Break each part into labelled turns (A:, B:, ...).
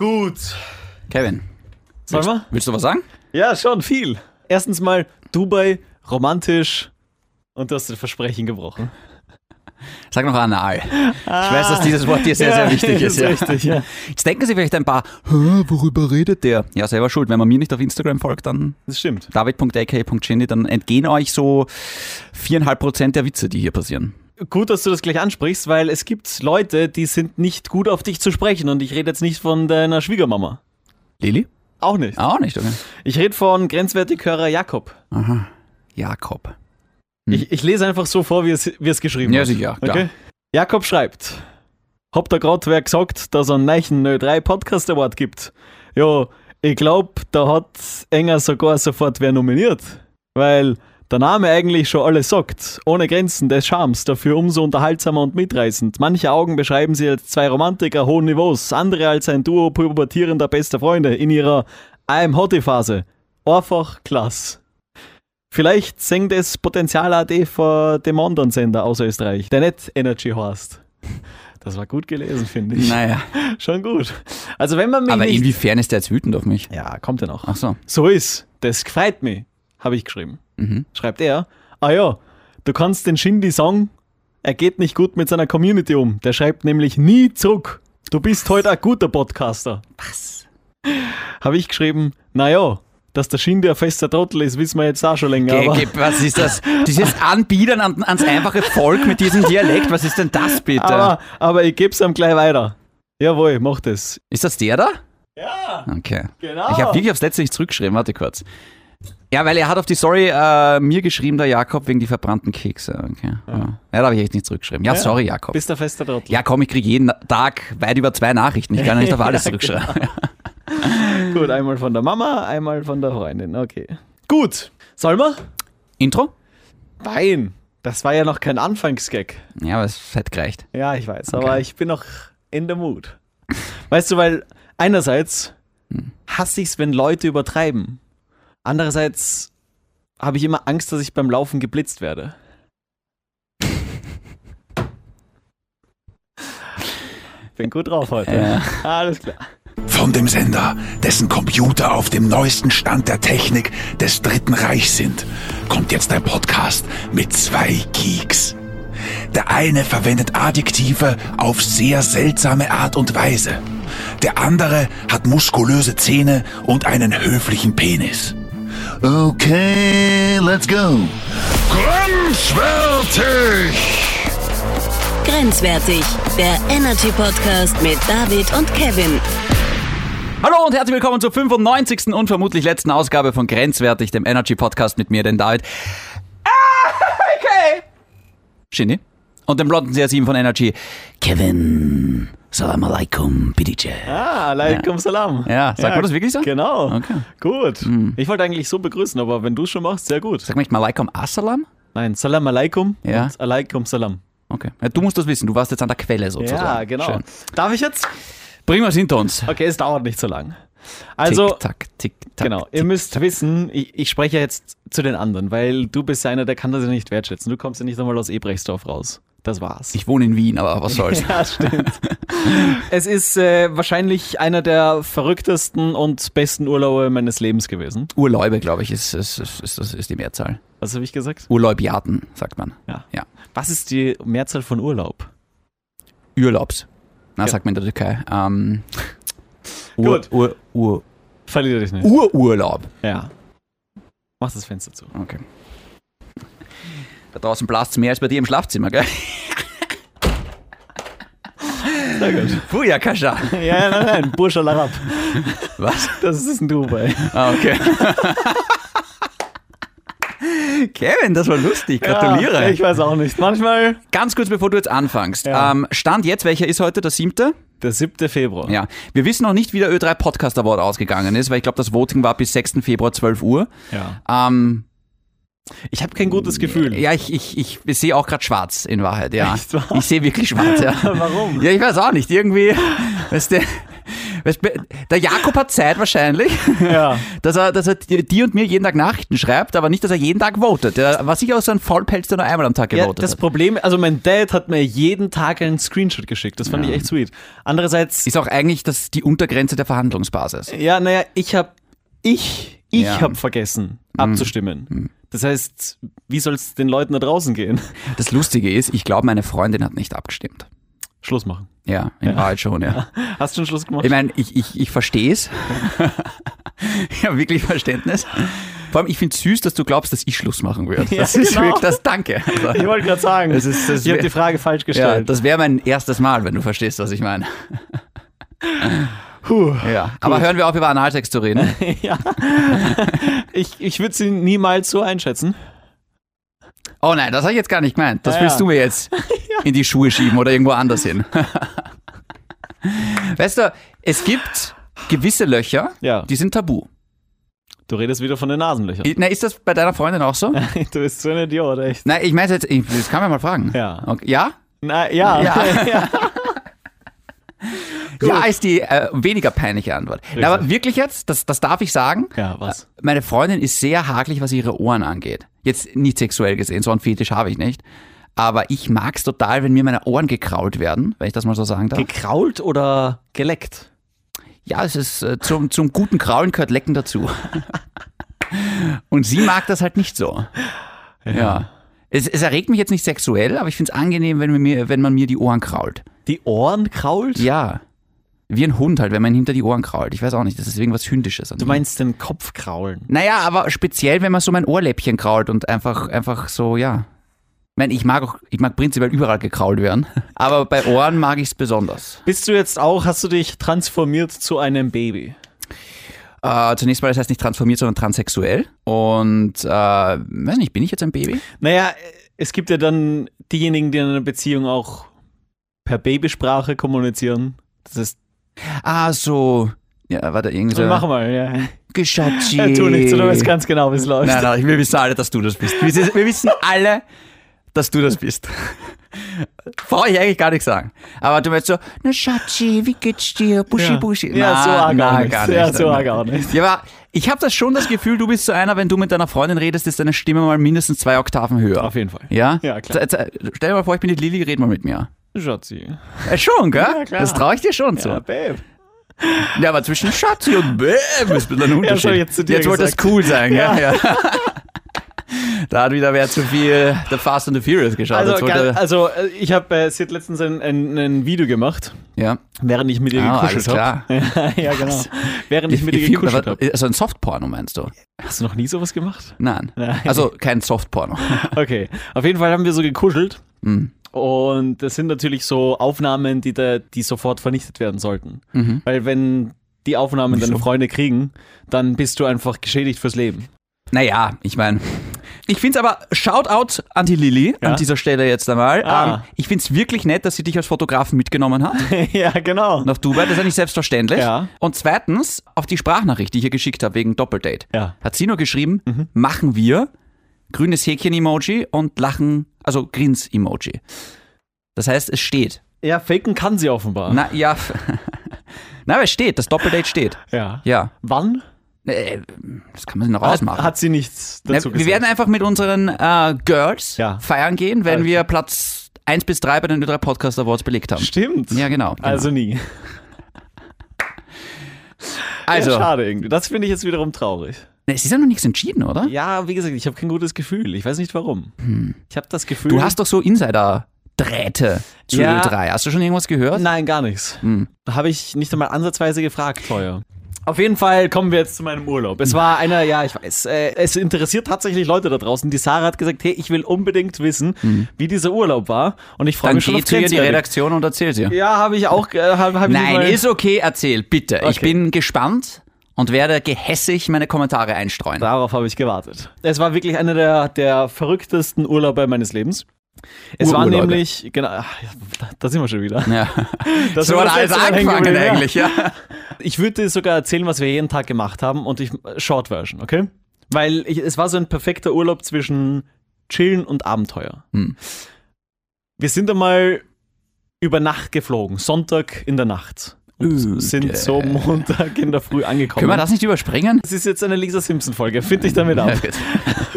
A: Gut.
B: Kevin,
C: Sollen wir?
B: willst du was sagen?
C: Ja, schon viel. Erstens mal Dubai, romantisch und du hast ein Versprechen gebrochen.
B: Sag noch anal. Ich weiß, dass dieses Wort dir sehr, sehr wichtig ist. Ja.
C: Ah. Richtig, ja.
B: Jetzt denken Sie vielleicht ein paar, "Hä, worüber redet der? Ja, selber schuld. Wenn man mir nicht auf Instagram folgt, dann
C: Das stimmt.
B: david.ak.genie, dann entgehen euch so 4,5% der Witze, die hier passieren.
C: Gut, dass du das gleich ansprichst, weil es gibt Leute, die sind nicht gut auf dich zu sprechen und ich rede jetzt nicht von deiner Schwiegermama.
B: Lili?
C: Auch nicht.
B: Auch nicht, okay.
C: Ich rede von grenzwertig Hörer Jakob.
B: Aha. Jakob.
C: Ich, ich lese einfach so vor, wie es, wie es geschrieben
B: Hm. Ja,
C: ist.
B: sicher, klar.
C: Okay? Jakob schreibt: Habt ihr gerade wer gesagt, dass er Neichen 03 Podcast Award gibt? Ja, ich glaube, da hat Enger sogar sofort wer nominiert. Weil der Name eigentlich schon alles sagt. Ohne Grenzen des Charmes, dafür umso unterhaltsamer und mitreißend. Manche Augen beschreiben sie als zwei Romantiker hohen Niveaus, andere als ein Duo pubertierender bester Freunde in ihrer I'm Hotty Phase. Einfach klasse. Vielleicht singt es Potenzial AD vor dem anderen Sender aus Österreich, der nicht Energy heißt. Das war gut gelesen, finde ich.
B: Naja.
C: Schon gut. Also wenn man mich
B: Aber
C: nicht...
B: inwiefern ist der jetzt wütend auf mich?
C: Ja, kommt ja noch.
B: Ach so.
C: So ist, das gefällt mir, habe ich geschrieben.
B: Mhm.
C: Schreibt er, ah ja, du kannst den Shindy sagen, er geht nicht gut mit seiner Community um. Der schreibt nämlich nie zurück. Du bist heute ein guter Podcaster.
B: Was?
C: Habe ich geschrieben, naja, dass der Shindy ein fester Trottel ist, wissen wir jetzt auch schon länger.
B: Ge
C: aber-
B: ge was ist das? Dieses Anbiedern an, ans einfache Volk mit diesem Dialekt, was ist denn das bitte?
C: Aber, aber ich geb's ihm gleich weiter. Jawohl, mach das.
B: ist das der da?
C: Ja,
B: Okay.
C: genau.
B: Ich habe wirklich aufs letzte nicht zurückgeschrieben, warte kurz. Ja, weil er hat auf die Story äh, mir geschrieben, der Jakob, wegen die verbrannten Kekse. Okay. Ja, da habe ich echt nicht zurückgeschrieben. Ja,
C: Ja.
B: sorry, Jakob.
C: Bist der fester Trottel.
B: Ja, komm, ich kriege jeden Tag weit über zwei Nachrichten. Ich kann ja nicht auf alles zurückschreiben.
C: Gut, einmal von der Mama, einmal von der Freundin. Okay. Gut. Soll man?
B: Intro?
C: Nein. Das war ja noch kein Anfangsgag.
B: Ja, aber es hätte gereicht.
C: Ja, ich weiß,
B: Okay.
C: aber ich bin noch in der Mut. Weißt du, weil einerseits
B: Hm.
C: hasse ich es, wenn Leute übertreiben. Andererseits habe ich immer Angst, dass ich beim Laufen geblitzt werde. Bin gut drauf heute. Alles klar.
D: Von dem Sender, dessen Computer auf dem neuesten Stand der Technik des Dritten Reichs sind, kommt jetzt ein Podcast mit zwei Geeks. Der eine verwendet Adjektive auf sehr seltsame Art und Weise. Der andere hat muskulöse Zähne und einen höflichen Penis. Okay, let's go. Grenzwertig!
E: Grenzwertig, der Energy Podcast mit David und Kevin.
B: Hallo und herzlich willkommen zur 95. und vermutlich letzten Ausgabe von Grenzwertig, dem Energy Podcast mit mir, den David. Ah, okay. Shinny. Und dem blonden CR7 von Energy, Kevin. Salam alaikum, BDJ.
C: Ah, alaikum salam.
B: Ja, sagt man das wirklich so?
C: Genau.
B: Okay. Hm.
C: Gut. Ich wollte eigentlich so begrüßen, aber wenn du es schon machst, sehr gut.
B: Sag mal nicht mal alaikum, assalam?
C: Nein, salam alaikum
B: Ja.
C: und alaikum salam.
B: Okay. Ja, du musst das wissen, du warst jetzt an der Quelle sozusagen.
C: Ja, genau.
B: Schön.
C: Darf ich jetzt?
B: Bringen wir es hinter uns.
C: Okay, es dauert nicht so lang. Also,
B: tick, tack, tick, tack.
C: genau, ihr müsst wissen, ich, ich spreche jetzt zu den anderen, weil du bist ja einer, der kann das ja nicht wertschätzen. Du kommst ja nicht nochmal aus Ebrechtsdorf raus. Das war's.
B: Ich wohne in Wien, aber was soll's.
C: ja, stimmt. es ist äh, wahrscheinlich einer der verrücktesten und besten Urlaube meines Lebens gewesen.
B: Urlaube, glaube ich, ist, ist, ist, ist, ist, ist die Mehrzahl.
C: Was habe ich gesagt?
B: Urlaubiaten, sagt man.
C: Was ist die Mehrzahl von Urlaub?
B: Urlaubs. Na,
C: Ja.
B: sagt man in der Türkei. Ähm, Ur,
C: Gut.
B: Ur, Ur,
C: Verliere dich
B: Uh.
C: nicht.
B: Ururlaub.
C: Ja. Mach das Fenster zu.
B: Okay. Da draußen blast es mehr als bei dir im Schlafzimmer, gell?
C: Na gut.
B: Puh, ja, Kascha.
C: ja, ja, nein, nein, Bursche Larab.
B: Was?
C: Das ist ein Dubai.
B: Ah, okay. Kevin, das war lustig. Gratuliere.
C: Ja, ich weiß auch nicht. Manchmal.
B: Ganz kurz, bevor du jetzt anfängst.
C: Ja.
B: Ähm, Stand jetzt, welcher ist heute? Der siebte?
C: Der 7. Februar.
B: Ja. Wir wissen noch nicht, wie der Ö3 Podcast Award ausgegangen ist, weil ich glaube, das Voting war bis 6. Februar 12 Uhr.
C: Ja.
B: Ähm,
C: Ich habe kein gutes Gefühl.
B: Ja, ich, ich, ich, ich sehe auch gerade schwarz in Wahrheit, ja.
C: Echt wahr?
B: Ich sehe wirklich schwarz, ja.
C: Warum?
B: Ja, ich weiß auch nicht. Irgendwie, weißt du, Weißt, be- der Jakob hat Zeit wahrscheinlich,
C: Ja.
B: dass er, dass er dir dir und mir jeden Tag Nachrichten schreibt, aber nicht, dass er jeden Tag votet. Der war sicher auch so ein Vollpelz, der nur einmal am Tag
C: Ja,
B: gewotet
C: das
B: hat.
C: Problem, also mein Dad hat mir jeden Tag einen Screenshot geschickt. Das fand ich echt sweet. Andererseits,
B: Ist auch eigentlich das, die Untergrenze der Verhandlungsbasis.
C: ja, naja, ich habe ich, ich
B: Ja.
C: habe vergessen abzustimmen. Das heißt, wie soll es den Leuten da draußen gehen?
B: Das Lustige ist, ich glaube, meine Freundin hat nicht abgestimmt.
C: Schluss machen.
B: Ja, in Wahrheit schon, ja.
C: Hast du schon Schluss gemacht?
B: Ich meine, ich, ich, ich verstehe es. ich habe wirklich Verständnis. Vor allem, ich finde es süß, dass du glaubst, dass ich Schluss machen würde.
C: Ja,
B: das ist
C: genau.
B: wirklich das Danke.
C: Ich wollte gerade sagen,
B: Es ist- es
C: ich habe
B: wär-
C: die Frage falsch
B: Ja,
C: gestellt.
B: das wäre mein erstes Mal, wenn du verstehst, was ich meine. ja. Aber hören wir auf, über Analsex zu reden.
C: Ja. ich ich würde sie niemals so einschätzen.
B: Oh nein, das habe ich jetzt gar nicht gemeint. Das
C: Ja,
B: willst
C: ja.
B: du mir jetzt in die Schuhe schieben oder irgendwo anders hin. weißt du, es gibt gewisse Löcher,
C: Ja.
B: die sind tabu.
C: Du redest wieder von den Nasenlöchern.
B: Na, ist das bei deiner Freundin auch so?
C: Du bist so ein Idiot, echt.
B: Nein, ich meine jetzt, ich, das kann man mal fragen.
C: Ja.
B: Okay, ja?
C: Na, ja.
B: Ja.
C: ja.
B: Ja, ist die äh, weniger peinliche Antwort. Na, aber wirklich jetzt, das, das darf ich sagen,
C: Ja, was?
B: meine Freundin ist sehr hakelig, was ihre Ohren angeht. Jetzt nicht sexuell gesehen, so einen Fetisch habe ich nicht. Aber ich mag's total, wenn mir meine Ohren gekrault werden, wenn ich das mal so sagen darf.
C: Gekrault oder geleckt?
B: Ja, es ist äh, zum, zum guten Kraulen gehört Lecken dazu. Und sie mag das halt nicht so. Ja. Es, es erregt mich jetzt nicht sexuell, aber ich find's angenehm, wenn, mir, wenn man mir die Ohren krault.
C: Die Ohren krault?
B: Ja. Wie ein Hund halt, wenn man hinter die Ohren krault. Ich weiß auch nicht, das ist irgendwas Hündisches. An
C: Du meinst den Kopf kraulen?
B: Naja, aber speziell, wenn man so mein Ohrläppchen krault und einfach, einfach so, ja. Ich meine, ich mag auch, ich mag prinzipiell überall gekrault werden, aber bei Ohren mag ich es besonders.
C: Bist du jetzt auch, hast du dich transformiert zu einem Baby?
B: Äh, zunächst mal, das heißt nicht transformiert, sondern transsexuell. Und, äh, weiß nicht, bin ich jetzt ein Baby?
C: Naja, es gibt ja dann diejenigen, die in einer Beziehung auch per Babysprache kommunizieren. Das ist.
B: Ah, so. Ja, warte, irgendwie so.
C: Mach mal, ja. Eh.
B: Geschatschi.
C: ja. Tu nichts, du weißt ganz genau, wie es läuft.
B: Nein, nein, wir wissen alle, dass du das bist. Wir, wissen- wir wissen alle, dass du das bist. Brauche ich eigentlich gar nicht sagen. Aber du meinst so, na Schatzi, wie geht's dir? Buschi,
C: ja.
B: buschi.
C: Ja, so arg
B: na,
C: auch nicht.
B: gar nicht.
C: Ja, so arg auch nicht.
B: Ja, aber ich habe das schon das Gefühl, du bist so einer, wenn du mit deiner Freundin redest, ist deine Stimme mal mindestens zwei Oktaven höher.
C: Auf jeden Fall.
B: Ja?
C: Ja, klar.
B: Z- z- Stell dir mal vor, ich bin die Lilly, red mal mit mir.
C: Schatzi.
B: Äh, schon, gell?
C: Ja, klar.
B: Das traue ich dir schon zu.
C: Ja, Babe.
B: Ja, aber zwischen Schatzi und Bäm ist ein bisschen ein Unterschied.
C: hab ich jetzt zu dir
B: wollte das
C: gesagt.
B: cool sein, ja. ja. da hat wieder wer zu viel The Fast and the Furious geschaut. Jetzt
C: Also,
B: wollte,
C: ga- also äh, ich habe äh, sie hat letztens ein, ein, ein Video gemacht,
B: ja.
C: während ich mit ihr
B: Ah,
C: gekuschelt habe.
B: alles
C: ja, genau. Während ich, mit ihr
B: Film-
C: gekuschelt habe.
B: also ein Softporno meinst du?
C: Hast du noch nie sowas gemacht?
B: Nein.
C: Nein.
B: Also kein Softporno.
C: Okay, auf jeden Fall haben wir so gekuschelt. Und das sind natürlich so Aufnahmen, die, da, die sofort vernichtet werden sollten. Weil wenn die Aufnahmen deine Freunde kriegen, dann bist du einfach geschädigt fürs Leben.
B: Naja, ich meine. Ich find's aber, Shoutout an die Lilly
C: Ja.
B: an dieser Stelle jetzt einmal.
C: Ah.
B: Ähm, ich find's wirklich nett, dass sie dich als Fotografen mitgenommen hat.
C: ja, genau.
B: nach Dubai. Das ist ja nicht selbstverständlich.
C: Ja.
B: Und zweitens, auf die Sprachnachricht, die ich ihr geschickt habe wegen Doppeldate,
C: Ja. Mhm.
B: hat sie nur geschrieben, machen wir grünes Häkchen-Emoji und Lachen, also Grins-Emoji. Das heißt, es steht.
C: Ja, faken kann sie offenbar.
B: Na ja, f- na, aber es steht, das Doppeldate steht.
C: Ja.
B: Ja,
C: Wann
B: Äh, das kann man sich noch
C: hat,
B: ausmachen.
C: hat sie nichts dazu
B: Na,
C: gesagt?
B: wir werden einfach mit unseren äh, Girls
C: Ja.
B: feiern gehen, wenn
C: Alles
B: wir Platz 1 bis 3 bei den Ö3 Podcast Awards belegt haben.
C: Stimmt.
B: Ja, genau. genau.
C: Also nie.
B: also
C: Ja, schade irgendwie. Das finde ich jetzt wiederum traurig.
B: na, es ist ja noch nichts entschieden, oder?
C: Ja, wie gesagt, ich habe kein gutes Gefühl. Ich weiß nicht warum. Ich habe das Gefühl.
B: Hm. Du hast doch so Insider-Drähte zu
C: Mhm. Ja.
B: Ö3. Hast du schon irgendwas gehört?
C: Nein, gar nichts.
B: Hm.
C: Habe ich nicht einmal ansatzweise gefragt vorher. Auf jeden Fall kommen wir jetzt zu meinem Urlaub. Es war einer, ja, ich weiß, äh, es interessiert tatsächlich Leute da draußen. Die Sarah hat gesagt, hey, ich will unbedingt wissen, wie dieser Urlaub war. Und ich freue
B: Hm. Dann
C: mich schon
B: geh
C: auf
B: zu ihr die
C: Grenzwertig.
B: Redaktion und erzähl sie.
C: Ja, habe ich auch. Äh, hab, hab
B: Nein,
C: ich
B: ist okay, erzähl, bitte. Ich
C: Okay.
B: bin gespannt und werde gehässig meine Kommentare einstreuen.
C: Darauf habe ich gewartet. Es war wirklich einer der, der verrücktesten Urlaube meines Lebens. Es war
B: Ururlaube.
C: nämlich, genau, ach, ja, da sind wir schon wieder.
B: Ja.
C: Also, Das
B: So
C: war
B: hat
C: das
B: alles
C: letzte Mal hängen
B: angefangen
C: geblieben, ja.
B: eigentlich, ja.
C: Ich würde dir sogar erzählen, was wir jeden Tag gemacht haben und ich Short Version, okay? Weil ich, es war so ein perfekter Urlaub zwischen Chillen und Abenteuer.
B: Hm.
C: Wir sind einmal über Nacht geflogen, Sonntag in der Nacht. und sind so Montag in der Früh angekommen.
B: Können wir das nicht überspringen?
C: Das ist jetzt eine Lisa Simpson-Folge. Find dich damit ab.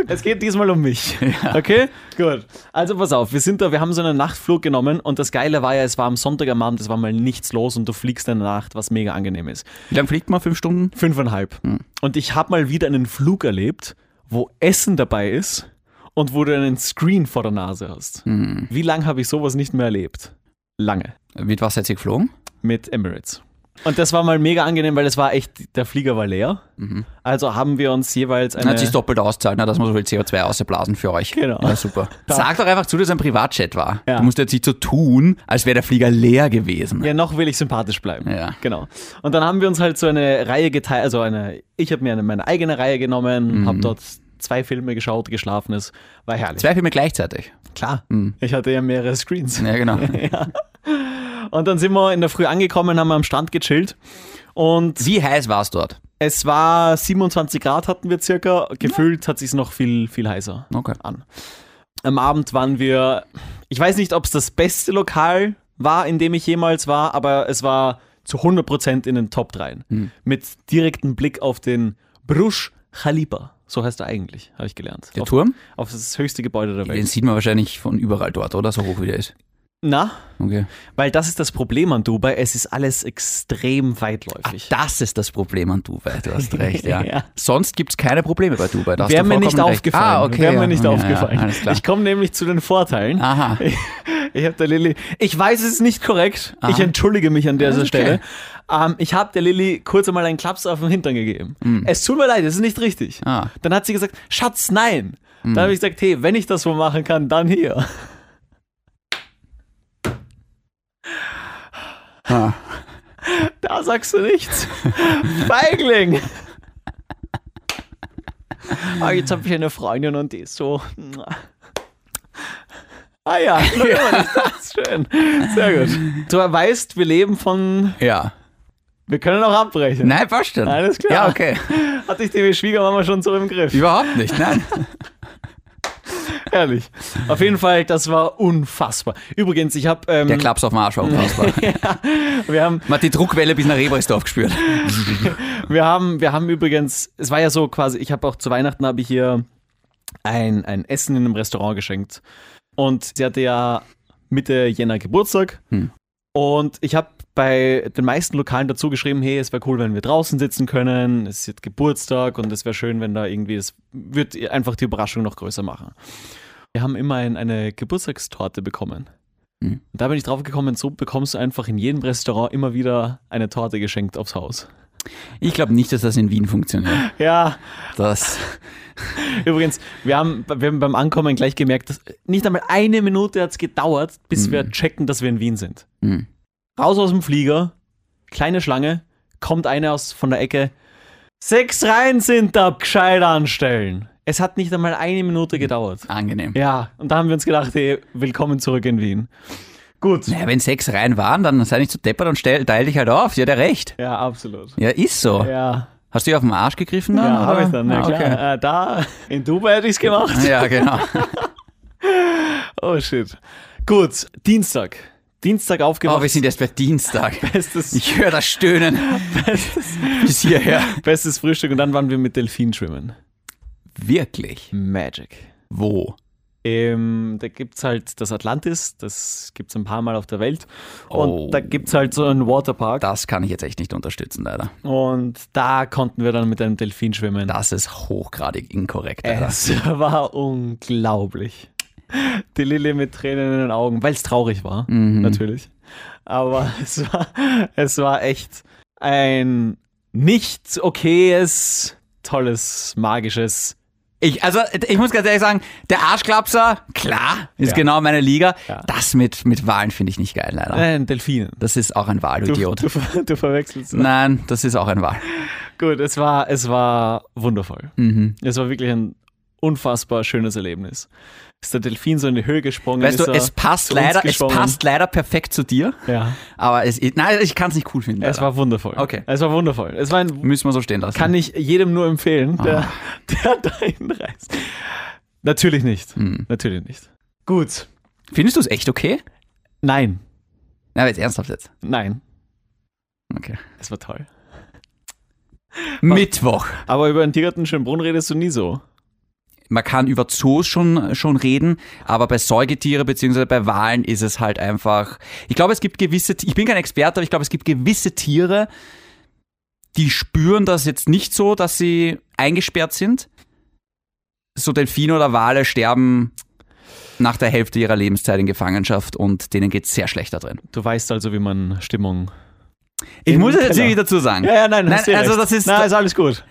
C: Es geht diesmal um mich. Okay? Gut. Also pass auf, wir sind da, wir haben so einen Nachtflug genommen und das Geile war ja, es war am Sonntag am Abend, es war mal nichts los und du fliegst in der Nacht, was mega angenehm ist.
B: Wie lange fliegt man? Fünf Stunden?
C: Fünfeinhalb.
B: Hm.
C: Und ich habe mal wieder einen Flug erlebt, wo Essen dabei ist und wo du einen Screen vor der Nase hast.
B: Hm.
C: Wie lange habe ich sowas nicht mehr erlebt? Lange.
B: Mit was seid ihr geflogen?
C: Mit Emirates. Und das war mal mega angenehm, weil es war echt, der Flieger war leer. Also haben wir uns jeweils eine.
B: Mhm. Hat sich doppelt auszahlt, na, dass wir so viel CO2 ausblasen für euch.
C: Genau.
B: Ja, super. Sag doch einfach zu, dass es ein Privatjet war.
C: Ja.
B: Du musst jetzt nicht so tun, als wäre der Flieger leer gewesen.
C: Ja, noch will ich sympathisch bleiben.
B: Ja.
C: Genau. Und dann haben wir uns halt so eine Reihe geteilt, also eine, ich habe mir eine, meine eigene Reihe
B: Mhm.
C: genommen, habe dort zwei Filme geschaut, geschlafen ist, war herrlich.
B: Zwei Mhm. Filme gleichzeitig.
C: Klar. Ich hatte ja mehrere Screens.
B: Ja, genau.
C: Und dann sind wir in der Früh angekommen, haben wir am Strand gechillt und
B: Wie heiß war es dort?
C: es war 27 Grad hatten wir circa, gefühlt hat sich noch viel, viel heißer.
B: Okay.
C: an. Am Abend waren wir, ich weiß nicht, ob es das beste Lokal war, in dem ich jemals war, aber es war zu 100% in den Top 3.
B: Mhm.
C: Mit direktem Blick auf den Brusch Khalifa. So heißt er eigentlich, habe ich gelernt.
B: Der
C: auf,
B: Turm?
C: auf das höchste Gebäude der
B: Den
C: Welt.
B: sieht man wahrscheinlich von überall dort, oder? So hoch wie der ist.
C: Na,
B: Okay.
C: weil das ist das Problem an Dubai, es ist alles extrem weitläufig.
B: Ah, Das ist das Problem an Dubai, du hast recht, ja.
C: Ja.
B: Sonst gibt es keine Probleme bei Dubai. da hast
C: Wäre
B: du
C: mir
B: vollkommen
C: nicht
B: recht.
C: aufgefallen.
B: Ah, okay.
C: Wäre
B: ja.
C: mir nicht
B: ja,
C: aufgefallen.
B: Ja, alles klar. Ah,
C: Ich komme nämlich zu den Vorteilen.
B: Aha.
C: Ich habe der Lilly. Ich weiß, es ist nicht korrekt. Ich entschuldige mich an dieser
B: okay. Mhm.
C: Stelle. Ähm, ich habe der Lilly kurz einmal einen Klaps auf den Hintern gegeben. Es tut mir leid, es ist nicht richtig.
B: Ah. Mhm.
C: Dann hat sie gesagt, Schatz, nein. Dann habe ich gesagt, hey, wenn ich das so machen kann, dann hier.
B: Ah.
C: Da sagst du nichts. Feigling. Ah, jetzt habe ich eine Freundin und die ist so. Ah ja, das ist schön. Sehr gut. Du weißt, wir leben von.
B: Ja.
C: Wir können auch abbrechen.
B: Nein, passt schon.
C: Alles klar.
B: Ja, okay.
C: Hat dich die Schwiegermama schon so im Griff.
B: Überhaupt nicht, nein.
C: Herrlich. Auf jeden Fall, das war unfassbar. Übrigens, ich habe. Ähm,
B: Der Klaps auf dem Arsch war unfassbar.
C: wir haben
B: Man hat die Druckwelle bis nach Rebrechtsdorf gespürt.
C: Wir haben, wir haben übrigens, es war ja so quasi, ich habe auch zu Weihnachten habe ich hier ein, ein Essen in einem Restaurant geschenkt. Und sie hatte ja Mitte Jänner Geburtstag.
B: Hm.
C: Und ich habe bei den meisten Lokalen dazu geschrieben, hey, es wäre cool, wenn wir draußen sitzen können. Es ist Geburtstag und es wäre schön, wenn da irgendwie, es wird einfach die Überraschung noch größer machen. Wir haben immer ein, eine Geburtstagstorte bekommen.
B: Hm.
C: Und da bin ich drauf gekommen, so bekommst du einfach in jedem Restaurant immer wieder eine Torte geschenkt aufs Haus.
B: Ich glaube nicht, dass das in Wien funktioniert.
C: Ja,
B: Das,
C: Übrigens, wir haben, wir haben beim Ankommen gleich gemerkt, dass nicht einmal eine Minute hat es gedauert, bis wir checken, dass wir in Wien sind.
B: Mhm.
C: Raus aus dem Flieger, kleine Schlange, kommt eine aus von der Ecke. Sechs Reihen sind da, gescheit anstellen. Es hat nicht einmal eine Minute gedauert.
B: angenehm.
C: Ja, und da haben wir uns gedacht, hey, willkommen zurück in Wien. Gut.
B: Naja, wenn sechs rein waren, dann sei nicht zu deppert und stell, teil dich halt auf. Sie hat ja recht.
C: Ja, absolut.
B: Ja, ist so.
C: Ja,
B: Hast du dich auf den Arsch gegriffen? Dann,
C: ja habe
B: oder?
C: ich dann. Ja,
B: Ah,
C: klar.
B: okay.
C: Äh, da, in Dubai hätte ich es gemacht.
B: Ja, genau.
C: Oh shit. Gut, Dienstag. Dienstag aufgewacht.
B: Oh, wir sind erst bei Dienstag.
C: Bestes-
B: Ich höre das Stöhnen
C: bestes,
B: bis hierher.
C: bestes Frühstück und dann waren wir mit Delfin schwimmen.
B: Wirklich?
C: Magic.
B: Wo?
C: Ähm, da gibt's halt das Atlantis, das gibt's ein paar Mal auf der Welt. Und
B: Oh.
C: da gibt's halt so einen Waterpark.
B: Das kann ich jetzt echt nicht unterstützen, leider.
C: Und da konnten wir dann mit einem Delfin schwimmen.
B: Das ist hochgradig inkorrekt, leider.
C: es war unglaublich. Die Lilly mit Tränen in den Augen, weil es traurig war, natürlich. Aber es war, es war echt ein nicht okayes, tolles, magisches
B: Ich, also, ich muss ganz ehrlich sagen, der Arschklapser, klar, ist
C: Ja.
B: genau meine Liga.
C: Ja.
B: Das mit, mit Wahlen finde ich nicht geil, leider.
C: Nein, Delfinen.
B: Das ist auch ein Wahl, du Idiot.
C: Du, ver- du verwechselst.
B: Nein, das ist auch ein Wahl.
C: Gut, es war, es war wundervoll.
B: Mhm.
C: Es war wirklich ein unfassbar schönes Erlebnis. Ist der Delfin so in die Höhe gesprungen?
B: Weißt
C: ist
B: du,
C: er
B: es passt
C: zu uns
B: leider, es
C: geschwommen.
B: passt leider perfekt zu dir,
C: Ja,
B: aber es, nein, ich kann es nicht cool finden.
C: es
B: leider.
C: war wundervoll.
B: Okay.
C: Es war wundervoll. Es war ein,
B: Müssen wir so stehen lassen.
C: kann ich jedem nur empfehlen, der,
B: Ah.
C: der da hinreist. Natürlich nicht.
B: Mhm.
C: Natürlich nicht. Gut.
B: Findest du es echt okay?
C: Nein.
B: Na, aber jetzt ernsthaft jetzt.
C: Nein.
B: Okay.
C: Es war toll.
B: Mittwoch.
C: Aber über einen Tiergarten Schönbrunn redest du nie so.
B: Man kann über Zoos schon, schon reden, aber bei Säugetiere bzw. bei Wahlen ist es halt einfach. Ich glaube, es gibt gewisse, ich bin kein Experte, aber ich glaube, es gibt gewisse Tiere, die spüren das jetzt nicht so, dass sie eingesperrt sind. So Delfine oder Wale sterben nach der Hälfte ihrer Lebenszeit in Gefangenschaft und denen geht es sehr schlecht da drin.
C: Du weißt also, wie man Stimmung.
B: Ich
C: Im
B: muss das jetzt
C: Keller.
B: wirklich dazu sagen.
C: Ja, ja, nein,
B: Nein,
C: hast du
B: also
C: recht.
B: das ist-
C: Nein, ist alles gut.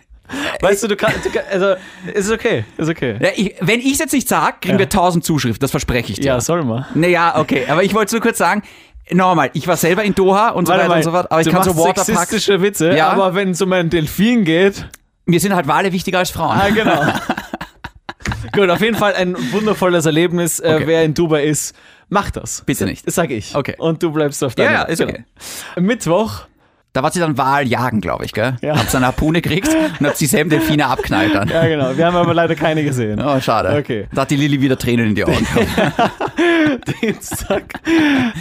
C: Weißt du, du kannst. Du kann, also, ist okay. Ist okay.
B: Ja, ich, wenn ich es jetzt nicht sage, kriegen
C: Ja.
B: wir tausend Zuschriften, das verspreche ich dir.
C: Ja, soll man.
B: Naja, okay, aber ich wollte nur kurz sagen, nochmal, ich war selber in Doha und so
C: Warte
B: weiter
C: mal,
B: und so fort, aber ich
C: du
B: kann so
C: machst
B: Waterparks.
C: sexistische Witze,
B: Ja.
C: aber wenn es um einen Delfin geht.
B: Mir sind halt Wale wichtiger als Frauen.
C: Ah, genau. Gut, auf jeden Fall ein wundervolles Erlebnis. Äh,
B: Okay.
C: Wer in Dubai ist, macht das.
B: Bitte nicht.
C: Das sag ich.
B: Okay.
C: Und du bleibst auf
B: Ja,
C: deiner.
B: ja, ist okay.
C: Genau. Mittwoch.
B: Da war sie dann Waljagen, glaube ich, gell?
C: Ja.
B: Hab's eine Harpune gekriegt und hab dieselben Delfine abknallt dann.
C: Ja, genau. Wir haben aber leider keine gesehen.
B: Oh, schade.
C: Okay.
B: Da hat die Lilly wieder Tränen in die Augen.
C: Dienstag.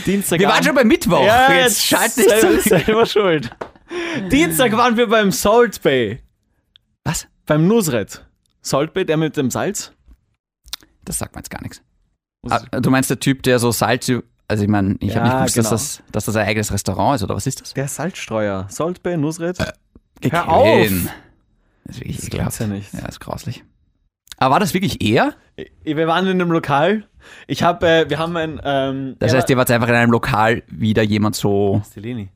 C: Dienstag.
B: Wir waren schon bei Mittwoch.
C: Ja,
B: jetzt schalt nicht
C: selber,
B: so.
C: selber schuld. Dienstag waren wir beim Salt Bay.
B: Was?
C: Beim Nusret. Salt Bay, der mit dem Salz.
B: Das sagt mir jetzt gar nichts.
C: Was-
B: Ah, du meinst der Typ, der so Salz... über- Also ich meine, ich
C: Ja,
B: hab habe nicht gewusst,
C: genau.
B: dass, das, dass das ein eigenes Restaurant ist, oder was ist das?
C: Der Salzstreuer. Salt Bay, Nusret. Hör
B: Gequälen.
C: auf!
B: Das ist wirklich
C: Das gibt's
B: ekelhaft.
C: ja nicht.
B: ist grauslich. Aber war das wirklich er?
C: Wir waren in einem Lokal. Ich habe, äh, wir haben ein. Ähm,
B: Das heißt,
C: ja,
B: ihr wart einfach in einem Lokal wieder jemand so
C: Stellini.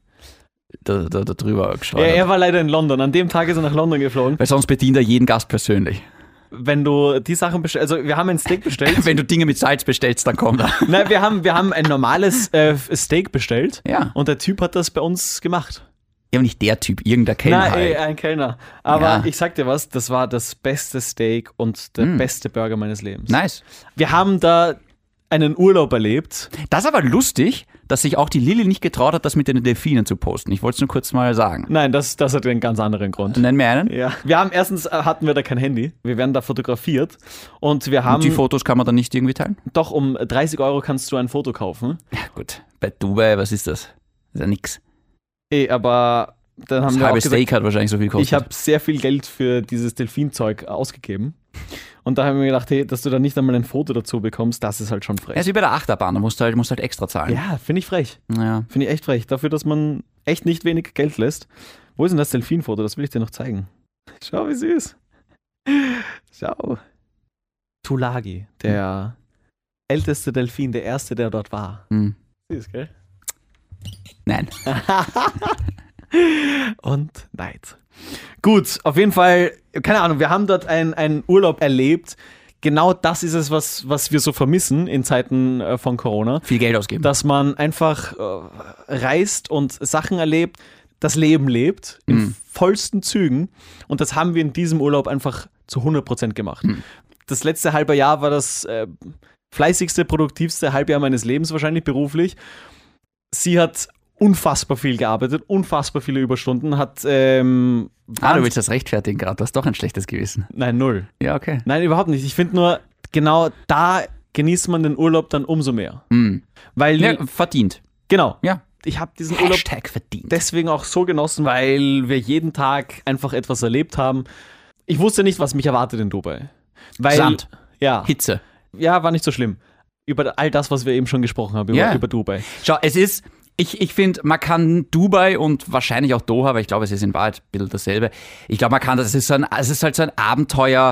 B: da, da, da drüber
C: Ja,
B: geschleudert.
C: er war leider in London. An dem Tag ist er nach London geflogen.
B: Weil sonst bedient er jeden Gast persönlich.
C: Wenn du die Sachen bestellst, also wir haben ein Steak bestellt.
B: Wenn du Dinge mit Salz bestellst, dann kommt er.
C: Nein, wir haben, wir haben ein normales äh, Steak bestellt.
B: Ja.
C: Und der Typ hat das bei uns gemacht.
B: Ja, aber nicht der Typ, irgendein Kellner.
C: Nein, äh, ey,
B: halt.
C: ein Kellner. Aber
B: Ja. Hm.
C: ich sag dir was, das war das beste Steak und der beste Burger meines Lebens.
B: Nice.
C: Wir haben da einen Urlaub erlebt.
B: Das ist aber lustig, dass sich auch die Lilly nicht getraut hat, das mit den Delfinen zu posten. Ich wollte es nur kurz mal sagen.
C: Nein, das, das hat einen ganz anderen Grund.
B: Nenn mir einen.
C: Ja. Wir haben erstens äh, hatten wir da kein Handy. Wir werden da fotografiert und wir haben
B: Die Fotos kann man dann nicht irgendwie teilen.
C: doch um 30 Euro kannst du ein Foto kaufen.
B: Ja, gut. Bei Dubai, was ist das? Ist ja nix.
C: Eh, aber dann haben
B: Das
C: wir auch
B: halbe
C: gesagt,
B: Steak hat wahrscheinlich so viel gekostet.
C: ich habe sehr viel Geld für dieses Delfinzeug ausgegeben. Und da haben wir gedacht, hey, dass du da nicht einmal ein Foto dazu bekommst, das ist halt schon
B: ja,
C: frech.
B: ist wie bei der Achterbahn, da musst du halt, musst halt extra zahlen.
C: Ja, finde ich frech.
B: Ja.
C: Finde ich echt frech. Dafür, dass man echt nicht wenig Geld lässt. Wo ist denn das Delfinfoto? Das will ich dir noch zeigen. Schau, wie süß. Schau. Tulagi, der älteste Delfin, der erste, der dort war.
B: Hm.
C: Süß, gell?
B: Nein.
C: Und Neid. Gut, auf jeden Fall, keine Ahnung, wir haben dort ein- einen Urlaub erlebt. Genau das ist es, was, was wir so vermissen in Zeiten äh, von Corona.
B: Viel Geld ausgeben.
C: dass man einfach äh, reist und Sachen erlebt, das Leben lebt in
B: Mhm.
C: vollsten Zügen. Und das haben wir in diesem Urlaub einfach zu 100% gemacht.
B: Mhm.
C: Das letzte halbe Jahr war das äh, fleißigste, produktivste Halbjahr meines Lebens wahrscheinlich beruflich. Sie hat unfassbar viel gearbeitet, unfassbar viele Überstunden, hat ähm,
B: Ah, du
C: wahns-
B: willst das rechtfertigen gerade. Du hast doch ein schlechtes Gewissen.
C: nein, null.
B: Ja, okay.
C: Nein, überhaupt nicht. Ich finde nur, genau da genießt man den Urlaub dann umso mehr.
B: Hm.
C: Weil,
B: Ja, verdient.
C: genau,
B: Ja.
C: ich habe diesen Urlaub
B: Hashtag verdient.
C: deswegen auch so genossen, weil wir jeden Tag einfach etwas erlebt haben. Ich wusste nicht, was mich erwartet in Dubai. Weil,
B: Sand.
C: Ja,
B: Hitze.
C: ja, war nicht so schlimm. Über all das, was wir eben schon gesprochen haben, über,
B: Ja.
C: über Dubai.
B: Schau, es ist, ich, ich finde, man kann Dubai und wahrscheinlich auch Doha, weil ich glaube, es ist in Wahrheit ein bisschen dasselbe. Ich glaube, man kann das, es ist, so ein, es ist halt so ein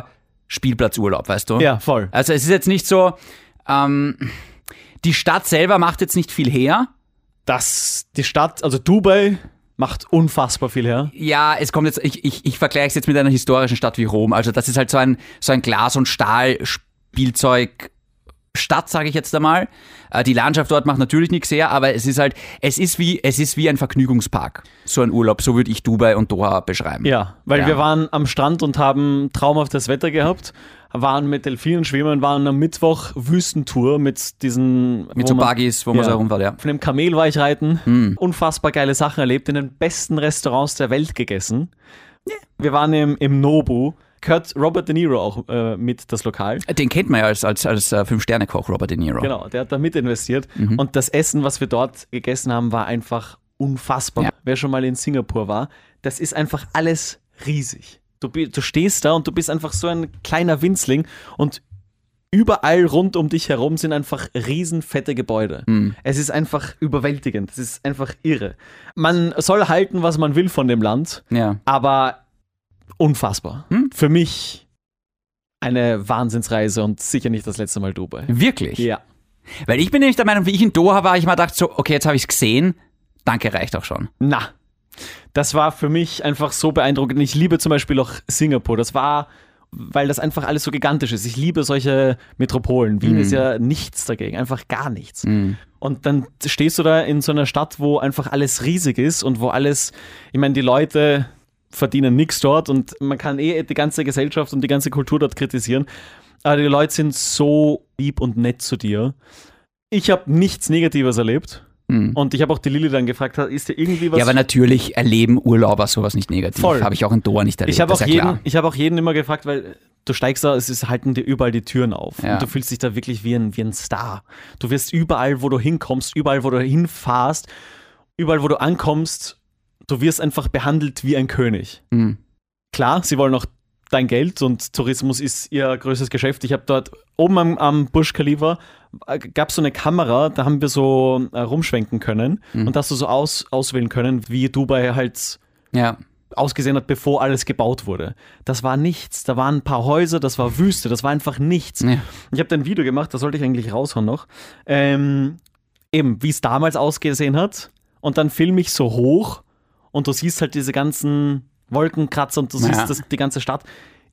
B: Abenteuer-Spielplatzurlaub, weißt du?
C: Ja, voll.
B: Also es ist jetzt nicht so, ähm, die Stadt selber macht jetzt nicht viel her.
C: Das, die Stadt, also Dubai macht unfassbar viel her.
B: Ja, es kommt jetzt, ich, ich, ich vergleiche es jetzt mit einer historischen Stadt wie Rom. Also das ist halt so ein, so ein Glas- und Stahl-Spielzeug. Stadt, sage ich jetzt einmal. Äh, Die Landschaft dort macht natürlich nichts her, aber es ist halt, es ist wie, es ist wie ein Vergnügungspark. So ein Urlaub, so würde ich Dubai und Doha beschreiben.
C: Ja, weil
B: Ja.
C: wir waren am Strand und haben traumhaftes Wetter gehabt, waren mit Delfinen schwimmen, waren am Mittwoch Wüstentour mit diesen...
B: Mit so Buggies, wo man so herumfährt, ja.
C: Auf einem Kamel war ich reiten, unfassbar geile Sachen erlebt, in den besten Restaurants der Welt gegessen. Wir waren im, im Nobu, gehört Robert De Niro auch äh, mit, das Lokal.
B: Den kennt man ja als, als, als äh, Fünf-Sterne-Koch, Robert De Niro.
C: Genau, der hat da mit investiert. Und das Essen, was wir dort gegessen haben, war einfach unfassbar.
B: Ja.
C: Wer schon mal in Singapur war, das ist einfach alles riesig. Du, bi- du stehst da und du bist einfach so ein kleiner Winzling und überall rund um dich herum sind einfach riesenfette Gebäude. Es ist einfach überwältigend. Es ist einfach irre. Man soll halten, was man will von dem Land,
B: Ja.
C: aber unfassbar.
B: Hm?
C: Für mich eine Wahnsinnsreise und sicher nicht das letzte Mal Dubai.
B: Wirklich?
C: Ja.
B: Weil ich bin nämlich der Meinung, wie ich in Doha war, ich mal dachte so, okay, jetzt habe ich es gesehen. Danke, reicht auch schon.
C: Na, das war für mich einfach so beeindruckend. Ich liebe zum Beispiel auch Singapur. Das war, weil das einfach alles so gigantisch ist. Ich liebe solche Metropolen. Wien
B: Mhm.
C: ist ja nichts dagegen, einfach gar nichts. Und dann stehst du da in so einer Stadt, wo einfach alles riesig ist und wo alles, ich meine, die Leute verdienen nichts dort und man kann eh die ganze Gesellschaft und die ganze Kultur dort kritisieren. Aber die Leute sind so lieb und nett zu dir. Ich habe nichts Negatives erlebt. Und ich habe auch die Lili dann gefragt, ist dir irgendwie was
B: Mhm. ja, aber natürlich erleben Urlauber sowas nicht negativ.
C: Voll.
B: Habe ich auch in Doha nicht erlebt.
C: ich habe auch,
B: das ist ja
C: jeden,
B: klar.
C: ich hab auch jeden immer gefragt, weil du steigst da, es ist, halten dir überall die Türen auf.
B: Ja.
C: Und du fühlst dich da wirklich wie ein, wie ein Star. Du wirst überall, wo du hinkommst, überall, wo du hinfahrst, überall, wo du ankommst, du wirst einfach behandelt wie ein König.
B: Mhm.
C: Klar, sie wollen auch dein Geld und Tourismus ist ihr größtes Geschäft. Ich habe dort oben am, am Busch Khalifa gab es so eine Kamera, da haben wir so äh, rumschwenken können
B: Mhm.
C: und da hast du so aus, auswählen können, wie Dubai halt
B: Ja.
C: ausgesehen hat, bevor alles gebaut wurde. Das war nichts. Da waren ein paar Häuser, das war Wüste, das war einfach nichts.
B: Ja.
C: Ich habe da ein Video gemacht, das sollte ich eigentlich raushauen noch. Ähm, eben, wie es damals ausgesehen hat. Und dann filme ich so hoch und du siehst halt diese ganzen Wolkenkratzer und du
B: Ja.
C: siehst das, die ganze Stadt.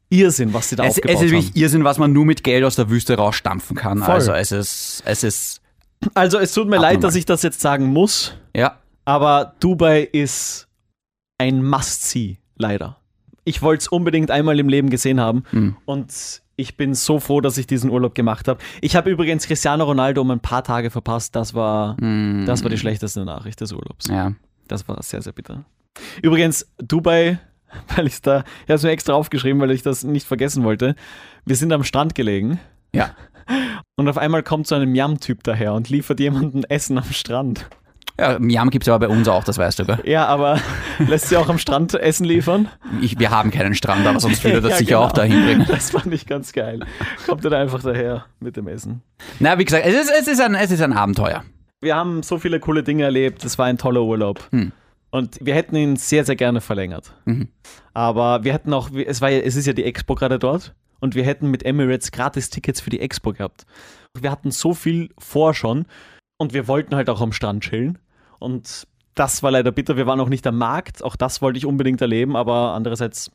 C: Irrsinn, was sie da
B: Es,
C: aufgebaut
B: es
C: haben.
B: ist wirklich Irrsinn, was man nur mit Geld aus der Wüste rausstampfen kann.
C: Voll.
B: Also es ist, es ist,
C: Also es tut mir
B: Abnormal.
C: leid, dass ich das jetzt sagen muss,
B: ja.
C: aber Dubai ist ein Must-See, leider. Ich wollte es unbedingt einmal im Leben gesehen haben und ich bin so froh, dass ich diesen Urlaub gemacht habe. Ich habe übrigens Cristiano Ronaldo um ein paar Tage verpasst. Das war, das war die schlechteste Nachricht des Urlaubs.
B: Ja.
C: Das war sehr, sehr bitter. Übrigens, Dubai, weil ich da, ich habe es mir extra aufgeschrieben, weil ich das nicht vergessen wollte. Wir sind am Strand gelegen
B: Ja.
C: und auf einmal kommt so ein Miam-Typ daher und liefert jemanden Essen am Strand.
B: Ja, Miam gibt es aber bei uns auch, das weißt du, gell?
C: Ja, aber lässt sie auch am Strand Essen liefern?
B: Ich, wir haben keinen Strand, aber sonst würde das
C: Ja,
B: sicher
C: genau.
B: auch dahin bringen.
C: Das fand ich ganz geil. Kommt dann einfach daher mit dem Essen.
B: Na, wie gesagt, es ist, es ist, ein, es ist ein Abenteuer.
C: Wir haben so viele coole Dinge erlebt. Es war ein toller Urlaub. Und wir hätten ihn sehr, sehr gerne verlängert. Aber wir hätten auch, es, war ja, es ist ja die Expo gerade dort. Und wir hätten mit Emirates gratis Tickets für die Expo gehabt. Wir hatten so viel vor schon. Und wir wollten halt auch am Strand chillen. Und das war leider bitter. Wir waren auch nicht am Markt. Auch das wollte ich unbedingt erleben. Aber andererseits,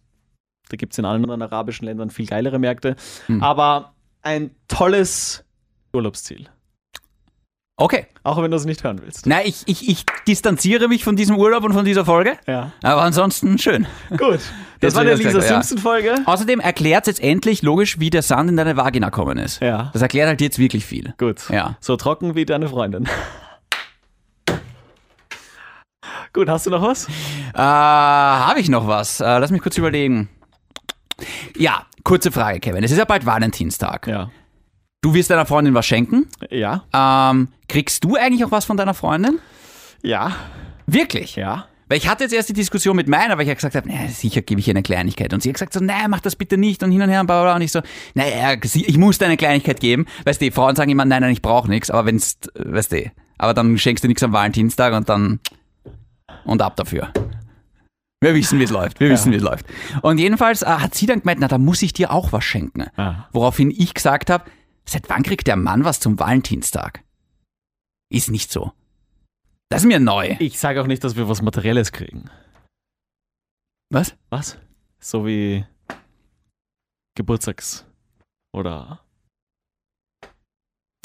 C: da gibt es in allen anderen arabischen Ländern viel geilere Märkte. Aber ein tolles Urlaubsziel.
B: Okay.
C: Auch wenn du es nicht hören willst.
B: Na, ich, ich, ich distanziere mich von diesem Urlaub und von dieser Folge.
C: Ja.
B: Aber ansonsten schön.
C: Gut. Das war
B: Deswegen
C: der
B: hast du
C: Lisa
B: gesagt, ja.
C: Simpson-Folge.
B: Außerdem erklärt jetzt endlich logisch, wie der Sand in deine Vagina gekommen ist.
C: Ja.
B: Das erklärt halt jetzt wirklich viel.
C: Gut.
B: Ja.
C: So trocken wie deine Freundin. Gut, hast du noch was?
B: Äh, Habe ich noch was? Äh, lass mich kurz überlegen. Ja, kurze Frage, Kevin. Es ist ja bald Valentinstag.
C: Ja.
B: Du wirst deiner Freundin was schenken.
C: Ja.
B: Ähm, kriegst du eigentlich auch was von deiner Freundin?
C: Ja.
B: Wirklich?
C: Ja.
B: Weil ich hatte jetzt erst die Diskussion mit meiner, weil ich ja gesagt habe, nee, sicher gebe ich ihr eine Kleinigkeit. Und sie hat gesagt so, nein, mach das bitte nicht und hin und her und bla bla bla. Und ich so, naja, sie- ich muss dir eine Kleinigkeit geben. Weißt du, die Frauen sagen immer, nein, nein, ich brauche nichts. Aber wenn's, weißt du, aber dann schenkst du nichts am Valentinstag und dann, und ab dafür. Wir wissen, wie es läuft. Wir wissen, wie es läuft. Und jedenfalls äh, hat sie dann gemeint, na, da muss ich dir auch was schenken.
C: Ah.
B: Woraufhin ich gesagt habe, seit wann kriegt der Mann was zum Valentinstag? Ist nicht so. Das ist mir neu.
C: Ich sage auch nicht, dass wir was Materielles kriegen.
B: Was?
C: Was? So wie Geburtstags- oder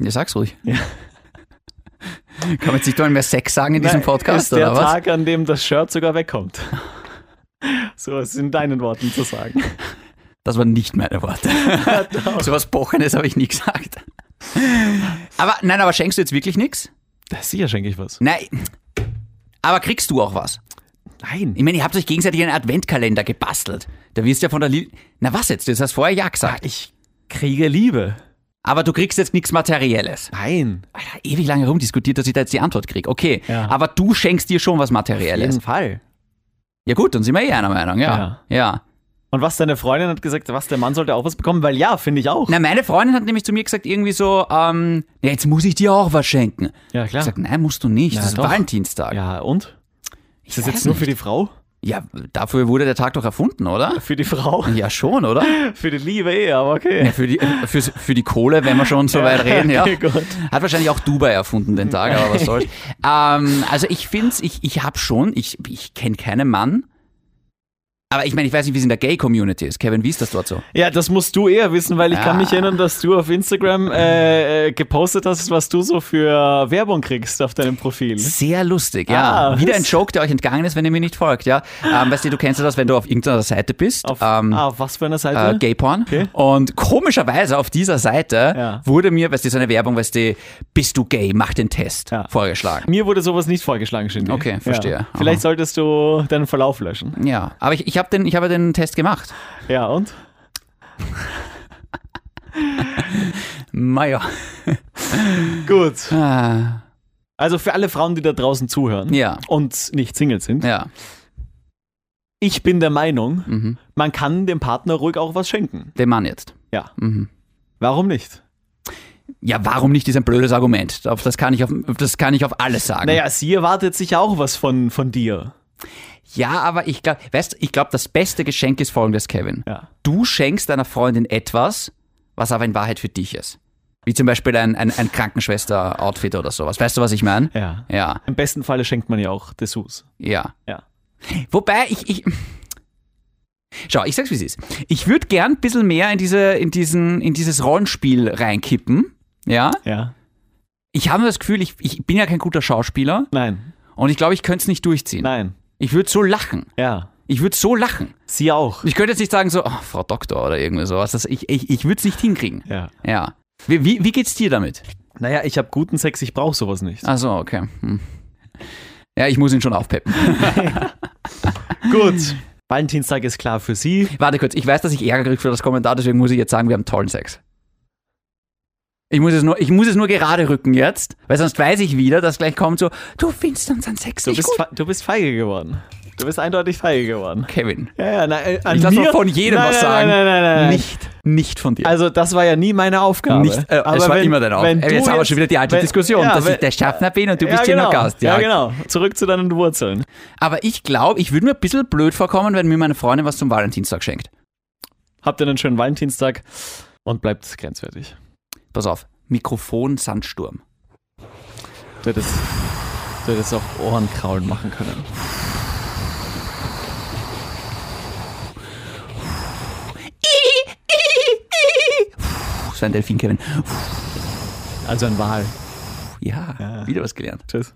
B: Ja, sag's ruhig.
C: Ja.
B: Kann man jetzt nicht mal mehr Sex sagen in diesem
C: Nein,
B: Podcast,
C: ist der
B: oder was?
C: Tag, an dem das Shirt sogar wegkommt. so ist in deinen Worten zu sagen.
B: Das waren nicht meine Worte. so was Bochenes habe ich nie gesagt. Aber nein, aber schenkst du jetzt wirklich nichts?
C: Sicher schenke ich was.
B: Nein. Aber kriegst du auch was?
C: Nein.
B: Ich meine, ihr habt euch gegenseitig einen Adventkalender gebastelt. Da wirst du ja von der Lil. Na was jetzt? Das hast du vorher ja gesagt.
C: Ich kriege Liebe.
B: Aber du kriegst jetzt nichts Materielles.
C: Nein.
B: Alter, ewig lange rumdiskutiert, dass ich da jetzt die Antwort kriege. Okay,
C: Ja.
B: aber du schenkst dir schon was Materielles.
C: Fall.
B: Ja gut, dann sind wir eh einer Meinung, ja. Ja.
C: Und was deine Freundin hat gesagt, was, der Mann sollte auch was bekommen, weil ja, finde ich auch.
B: Na, meine Freundin hat nämlich zu mir gesagt, irgendwie so, ähm, ja, jetzt muss ich dir auch was schenken.
C: Ja, klar.
B: Ich sag, nein, musst du nicht.
C: Ja,
B: das ist
C: doch.
B: Valentinstag. Ja.
C: Ja, und? Ist das
B: weiß
C: jetzt nur für
B: nicht.
C: die Frau?
B: dafür wurde der Tag doch erfunden, oder?
C: Für die Frau?
B: Ja, schon, oder?
C: Für die Liebe eh, aber okay.
B: Ja, für, die, für, für die Kohle, wenn wir schon so weit reden, ja.
C: Okay, gut.
B: Hat wahrscheinlich auch Dubai erfunden, den Tag, aber was soll's. ähm, also ich find's, ich, ich hab schon, ich, ich kenne keinen Mann. Aber ich meine, ich weiß nicht, wie es in der Gay-Community ist. Kevin, wie ist das dort so?
C: Ja, das musst du eher wissen, weil ich kann mich
B: Ja.
C: erinnern, dass du auf Instagram äh, äh, gepostet hast, was du so für Werbung kriegst auf deinem Profil.
B: Sehr lustig, ja.
C: Ah,
B: Wieder
C: was?
B: ein Joke, der euch entgangen ist, wenn ihr mir nicht folgt, ja. Ähm, weißt du, du kennst ja das, wenn du auf irgendeiner Seite bist.
C: Auf,
B: ähm,
C: ah, auf was für einer Seite?
B: äh, Gay Porn.
C: Okay.
B: Und komischerweise auf dieser Seite
C: Ja.
B: wurde mir, weißt du, so eine Werbung, weißt du, bist du gay, mach den Test,
C: Ja.
B: vorgeschlagen.
C: Mir wurde sowas nicht vorgeschlagen, Shindy.
B: Okay, verstehe.
C: Vielleicht solltest du deinen Verlauf löschen.
B: Ja, aber ich, ich habe den, ich habe den Test gemacht.
C: Ja, und?
B: Naja.
C: Gut. Also für alle Frauen, die da draußen zuhören
B: Ah. Ja.
C: und nicht Single sind,
B: Ja.
C: ich bin der Meinung,
B: Mhm.
C: man kann dem Partner ruhig auch was schenken.
B: Dem Mann jetzt.
C: Ja.
B: Mhm.
C: Warum nicht?
B: Ja, warum nicht ist ein blödes Argument. Auf das kann ich auf, auf das kann ich auf alles sagen.
C: Naja, sie erwartet sich ja auch was von, von dir.
B: Ja, aber ich glaube, weißt, du, ich glaube, das beste Geschenk ist folgendes, Kevin.
C: Ja.
B: Du schenkst deiner Freundin etwas, was aber in Wahrheit für dich ist. Wie zum Beispiel ein, ein, ein Krankenschwester-Outfit oder sowas. Weißt du, was ich meine?
C: Ja.
B: Ja,
C: Im besten Falle schenkt man ja auch Dessous.
B: ja.
C: Ja.
B: Wobei ich, ich Schau, ich sag's wie es ist. Ich würde gern ein bisschen mehr in diese in diesen in dieses Rollenspiel reinkippen. Ja?
C: Ja.
B: Ich habe das Gefühl, ich, ich bin ja kein guter Schauspieler
C: Nein.
B: und ich glaube, ich könnte es nicht durchziehen.
C: Nein.
B: Ich würde so lachen.
C: Ja.
B: Ich würde so lachen.
C: Sie auch.
B: Ich könnte jetzt nicht sagen so, "Ah, Frau Doktor oder irgendwie sowas. Das, ich ich, ich würde es nicht hinkriegen.
C: Ja.
B: Ja. Wie, wie, wie geht's dir damit?
C: Naja, ich habe guten Sex, ich brauche sowas nicht.
B: Ach so, okay. Hm. Ja, ich muss ihn schon aufpeppen.
C: Gut. Valentinstag ist klar für Sie.
B: Warte kurz, ich weiß, dass ich Ärger kriege für das Kommentar, deswegen muss ich jetzt sagen, wir haben tollen Sex. Ich muss, es nur, ich muss es nur gerade rücken jetzt, weil sonst weiß ich wieder, dass gleich kommt so, du findest unseren Sex
C: Du
B: nicht
C: bist,
B: gut.
C: fe- du bist feige geworden. Du bist eindeutig feige geworden.
B: Kevin,
C: Ja, ja, na, äh, an
B: ich lass mal
C: mir-
B: von jedem
C: nein,
B: was
C: nein,
B: sagen.
C: Nein, nein, nein, nein.
B: Nicht, nicht von dir.
C: Also, das war ja nie meine Aufgabe.
B: nicht, äh, es war immer deine Aufgabe.
C: wenn
B: Jetzt,
C: du
B: haben wir schon wieder die alte
C: wenn-
B: Diskussion,
C: ja,
B: dass
C: wenn-
B: ich der Schaffner bin und du
C: ja,
B: bist
C: genau,
B: hier nur Gast.
C: Ja. genau. Zurück zu deinen Wurzeln.
B: Aber ich glaube, ich würde mir ein bisschen blöd vorkommen, wenn mir meine Freundin was zum Valentinstag schenkt.
C: Habt ihr einen schönen Valentinstag und bleibt grenzwertig.
B: Pass auf, Mikrofon Sandsturm.
C: Du hättest, du hättest auch Ohrenkraulen machen können.
B: Puh, so ein Delfin, Kevin.
C: Also ein Wal.
B: Ja, wieder was gelernt.
C: Tschüss.